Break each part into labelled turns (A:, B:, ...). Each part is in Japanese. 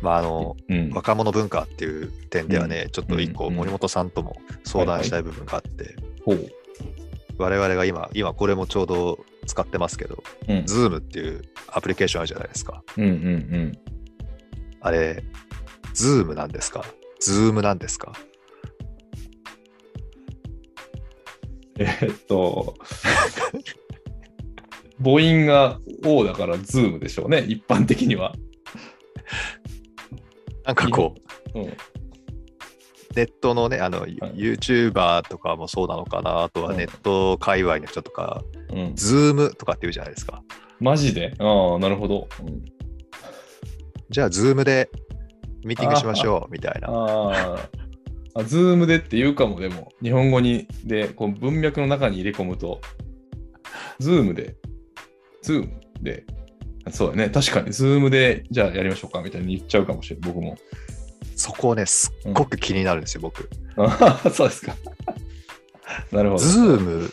A: まあ、あの
B: うん
A: 若者文化っていう点ではね、ちょっと一個
B: うん
A: 森本さんとも相談したい部分があって、
B: ほう
A: 我々が今、今これもちょうど使ってますけど、
B: うん、
A: Zoom っていうアプリケーションあるじゃないですか。
B: うんうんうん
A: あれ、Zoom なんですか ?Zoom なんですか
B: えーっと母音が O だからズームでしょうね一般的には、
A: なんかこう、
B: うん、
A: ネットのね、あの、YouTuber とかもそうなのかな、あとは
B: うん
A: ネット界隈の人とか、
B: うん、
A: Zoom とかって言うじゃないですか。
B: マジでああなるほど、うん、
A: じゃあ、Zoom でミーティングしましょうみたいな。
B: あーあズームでって言うかもでも日本語にでこう文脈の中に入れ込むとズームでズームでそうだね確かにズームでじゃあやりましょうかみたいに言っちゃうかもしれない僕も
A: そこをね、すっごく気になるんですよ、僕。
B: ああ そうですか なるほど
A: ズーム、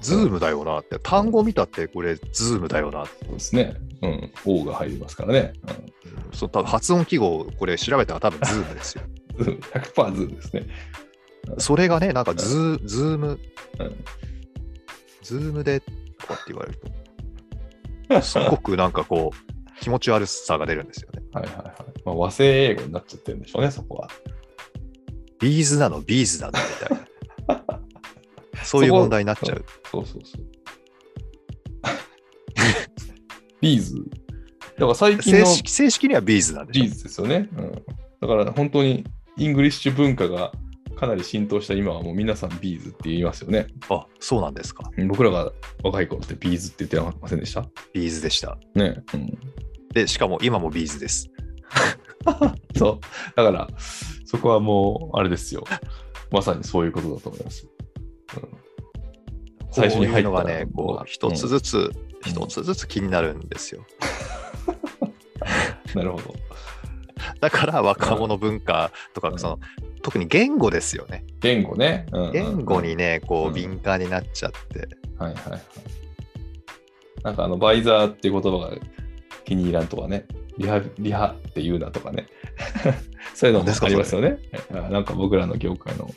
A: ズームだよなって、単語見たってこれ、ズームだよなって、
B: そうですね。うん。O が入りますからね。
A: うん、そう多分発音記号、これ調べたら多分ズーム ですよ。
B: うん、ズーム100%ズームですね。
A: それがね、なんかズー、ズーム、
B: うん
A: ズームでとかって言われると、すごくなんかこう、気持ち悪さが出るんですよね。
B: はいはいはい。まあ、和製英語になっちゃってるんでしょうね、そこは。
A: ビーズなの、ビーズなのみたい な。そういう問題になっちゃう。
B: そうそう そう。ビーズ。だから最近
A: 正
B: の
A: 式正式にはビーズなんでしょ
B: ビーズですよね。うん。だから本当にイングリッシュ文化がかなり浸透した今はもう皆さんビーズって言いますよね。
A: あ、そうなんですか。
B: 僕らが若い頃ってビーズって言ってませんでした
A: ビーズでした。
B: ね。うん。
A: で、しかも今もビーズです。
B: そう。だから、そこはもう、あれですよ。まさにそういうことだと思います。うん最初に入った
A: こういうのがね、こう、一つずつ、一つずつ気になるんですよ。
B: なるほど。
A: だから若者文化と
B: う
A: か、
B: ん
A: その、特に言語ですよね。
B: 言語ね。うんうんうん
A: 言語にね、こ
B: うん
A: う、敏感になっちゃって。
B: はいはいはい。なんかあの、バイザーっていう言葉が気に入らんとかね。リハ、リハって言うなとかね。 そういうのもありますよね。あなんか僕らの業界の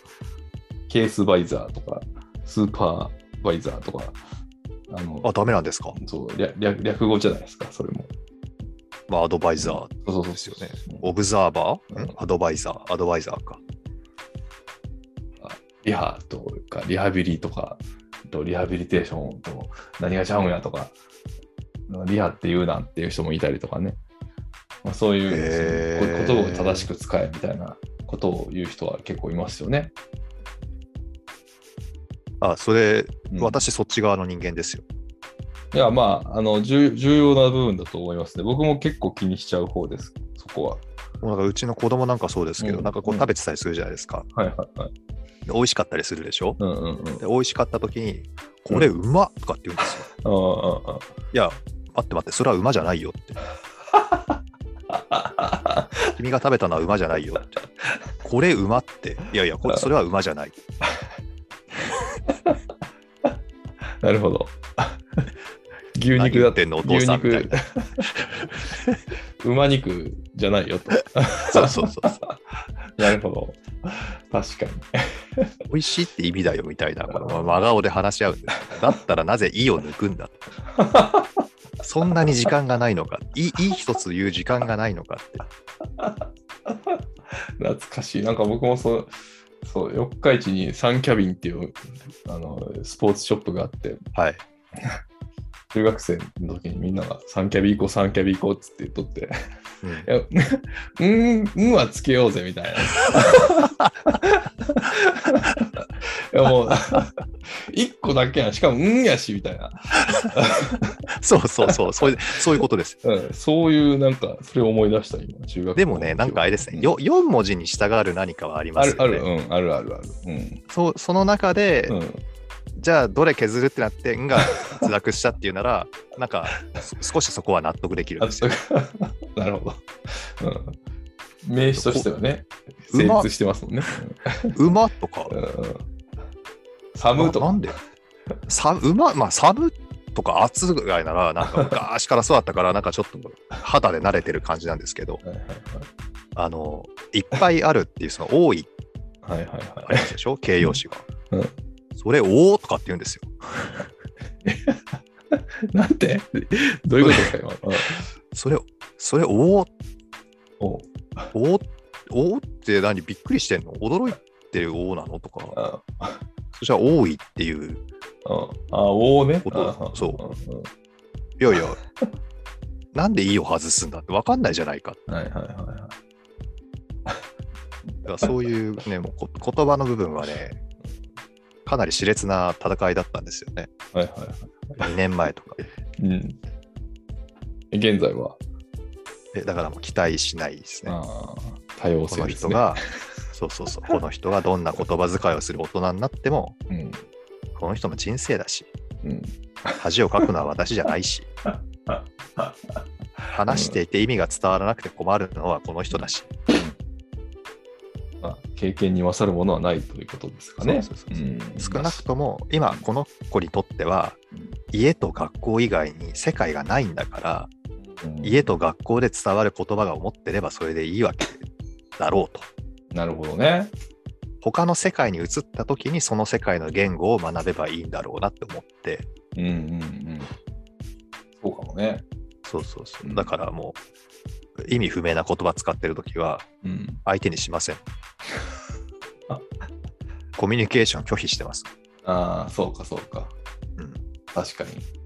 B: ケースバイザーとか、スーパーバイザーとか、あの、
A: あ、ダメなんですか。
B: そう略略略語じゃないですか、それも。
A: まあ、アドバイザー、
B: そうそうそう
A: ですよねオブザーバーんアドバイザー、アドバイザーか。
B: リハとか、リハビリとか、とリハビリテーションと何がちゃうんやとか、リハって言うなっていう人もいたりとかね。まあ、そうい
A: へー
B: う言葉を正しく使えみたいなことを言う人は結構いますよね。
A: あ、それ、
B: うん
A: 私、そっち側の人間ですよ。
B: いや、まあ、あの重、重要な部分だと思いますね。僕も結構気にしちゃう方です、そこは。
A: もうなんかうちの子供なんかそうですけど、
B: うん
A: なんかこう
B: うん
A: 食べてたりするじゃないですか。
B: はいはいはい。
A: で美味しかったりするでしょ
B: うんうんうん。
A: で美味しかった時に、これうまっとかって言うんですよ。
B: ああああ
A: いや、待って待って、それは馬じゃないよ って。君が食べたのは馬じゃないよって。これ馬って。いやいや、これそれは馬じゃない。
B: なるほど。 牛
A: 何
B: 肉
A: 言
B: だ
A: っ
B: って
A: てんのお父さんみたいな。
B: 牛肉 馬肉じゃないよと。
A: そうそうそうそう。
B: なるほど。確かに。
A: 美味しいって意味だよみたいな、この真顔で話し合うんですよだったらなぜ「い」を抜くんだそんなに時間がないのか「い」いい一つ言う時間がないのかって
B: 懐かしい。なんか僕もそう、そう、四日市にサンキャビンっていうあのスポーツショップがあって、
A: はい
B: 中学生の時にみんながサンキャビ行こう、サンキャビ行こうっつって言っとって、
A: うん
B: いや うーん、うんはつけようぜみたい な。いやもう、 一個だけやん。しかも、うんやしみたいな。
A: そうそうそうそういうそういうことです
B: うん、そういう、なんか、それを思い出した、今、中学校
A: でもねなんかあれですねよ4文字に従う何かはありま
B: あ
A: すよ
B: る
A: ね
B: ある、うん、あるあるある。うん。
A: そうその中で、
B: うん、
A: じゃあどれ削るってなって「 ん」が脱落したっていうならなんかそ少しそこは納得できるん
B: あ
A: です
B: そう
A: よ
B: かなるほど。うん、名詞としてはね、成
A: うまっ
B: 立してますもんね。
A: 「馬」とか
B: うんうん
A: 「
B: サムと
A: なな
B: か。
A: んで「さ馬」まあ「サブ」とか「暑」ぐ らいならなんか昔からそうだったからなんかちょっと肌で慣れてる感じなんですけど
B: はいはいはい
A: あの、いっぱいあるっていう、その多い
B: はいはい
A: あ
B: は
A: りま
B: い。
A: すでしょ、形容詞が。
B: うん
A: それ、おーとかって言うんですよ。
B: なんてどういうことですか、今。うん
A: それ、それ、おー、
B: おう
A: おー、おーって何、びっくりしてんの驚いてるおーなのとか、
B: あ
A: そしたら多いっていう、
B: あ、おうね。。
A: ことそう
B: うん
A: いやいや、なんでいいを外すんだって分かんないじゃないか。
B: はいはいはいは
A: だからそういう ね、もうこ言葉の部分はね、かなり熾烈な戦いだったんですよね。
B: い。はいはいはい。
A: 2年前とか。
B: うん。現在は、
A: でだからもう期待しないですね。
B: あー多様
A: こ
B: 性
A: の
B: です
A: 人
B: ね。
A: が、そうそうそう、この人がどんな言葉遣いをする大人になっても、
B: うん。
A: この人の人生だし、
B: うん。
A: 恥をかくのは私じゃない し、話していて意味が伝わらなくて困るのはこの人だし、
B: まあ、経験に勝るものはないということですかね。
A: そうそうそうそ
B: ん
A: 少なくとも今この子にとっては、家と学校以外に世界がないんだから、
B: うん
A: 家と学校で伝わる言葉が思ってればそれでいいわけだろうと。
B: なるほどね。
A: 他の世界に移った時にその世界の言語を学べばいいんだろうなって思って、
B: うんうんうん。そうかもね。
A: そうそうそうう。
B: ん
A: だからもう、意味不明な言葉使ってるときは、
B: うん。
A: 相手にしま せん
B: あ。
A: コミュニケーション拒否してます。
B: ああ、そうかそうか。
A: うん、
B: 確かに。